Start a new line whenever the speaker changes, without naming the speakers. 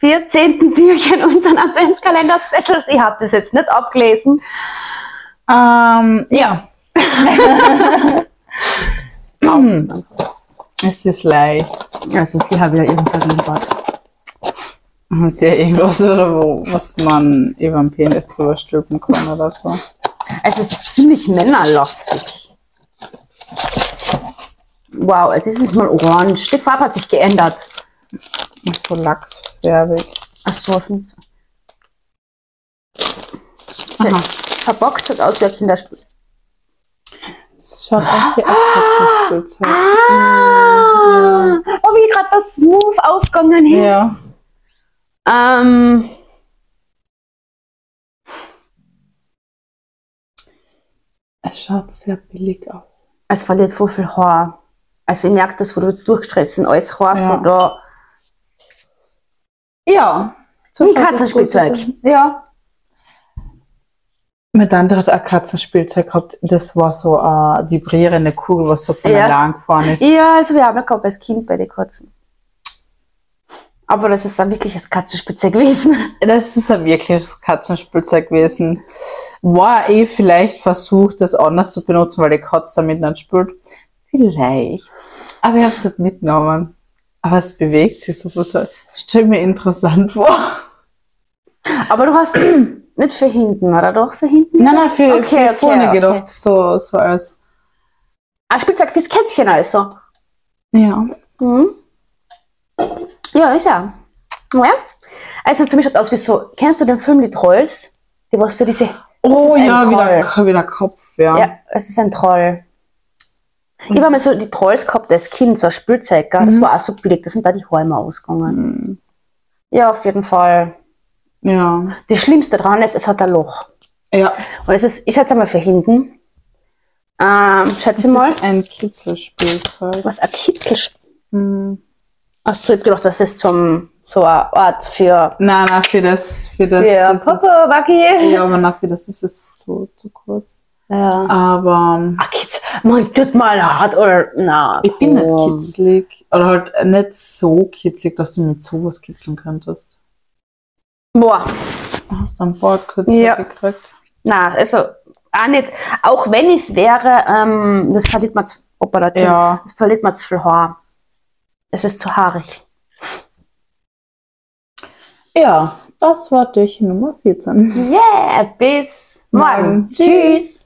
14. Türchen unseren Adventskalender-Specials. Ich habe das jetzt nicht abgelesen.
Ähm, ja. es ist leicht.
Genau. Also, sie haben ja irgendwas im Bad.
Es ist ja irgendwas, oder wo, was man über den Penis drüber stülpen kann oder so.
Also, es ist ziemlich männerlastig. Wow, jetzt ist es mal orange. Die Farbe hat sich geändert.
Ist so lachsfärbig.
Ach so, auf jeden Fall. Ver- Verbockt hat aus wie ein Kinderspiel.
Es schaut aus wie Abkürzungsspielzeug.
Ah, oh, wie gerade das Smooth aufgegangen ist.
Ja.
Ähm,
Es schaut sehr billig aus.
es verliert voll viel Haar. Also ich merke das, wo du jetzt durchgeschreit sind, alles Haar
Ja.
so da.
Ja. So
Ein
schaut das
Katzenspielzeug.
gut aus. Ja. Mit anderen hat ein Katzenspielzeug gehabt, das war so eine vibrierende Kugel, was so von
Ja.
allein gefahren ist.
Ja, also wir haben gehabt als Kind bei den Katzen. Aber das ist dann wirklich als Katzenspitze gewesen.
Das ist ein wirkliches Katzenspielzeug gewesen. War eh vielleicht versucht, das anders zu benutzen, weil die Katze damit nicht spült. Vielleicht. Aber ich habe es nicht mitgenommen. Aber es bewegt sich so. so. Stell mir interessant vor.
Aber du hast es nicht für hinten, oder doch für hinten?
Nein, nein, für,
Okay,
für
okay,
vorne
okay.
gedacht. So, so als.
Ein Spielzeug Ah, fürs Kätzchen also.
Ja.
Mhm. Ja, ist ja. Ja. Also für mich schaut aus wie so, kennst du den Film Die Trolls? Die was so diese. das
Oh
ist ein
ja,
Troll.
wieder, wieder Kopf, ja.
Ja, es ist ein Troll. Ich habe mal so die Trolls gehabt als Kind, so ein Spielzeug. gell? Das
Mhm.
war auch so billig, da sind da die Haare immer ausgegangen.
Hm,
Ja, auf jeden Fall.
Ja.
Das Schlimmste dran ist, es hat ein Loch.
Ja.
Und es ist, ich schätze mal für hinten. Ähm,
Das
schätze
ist
mal,
ein Kitzelspielzeug.
was ein Kitzel.
Hm.
Achso, ich habe gedacht, das ist zum, so ein Ort für,
Nein, nein, für das, für das
für
ist es.
Papa, Bucky.
Ja, aber dafür, das ist es zu, zu kurz.
Ja.
Aber
Ah, Kitz, man tut mal hart oder na.
ich bin nicht
komm.
kitzlig. Oder halt nicht so kitzlig, dass du mit sowas kitzeln könntest.
Boah,
Du hast am Bord Kürzel
Ja.
gekriegt.
na, also auch nicht. Auch wenn ich es wäre, ähm, das verliert man zu, Opa, der Typ.
Ja.
das verliert man zu viel Haar. Es ist zu haarig.
Ja, das war Türchen Nummer 14.
Yeah, bis morgen.
Morgen.
Tschüss.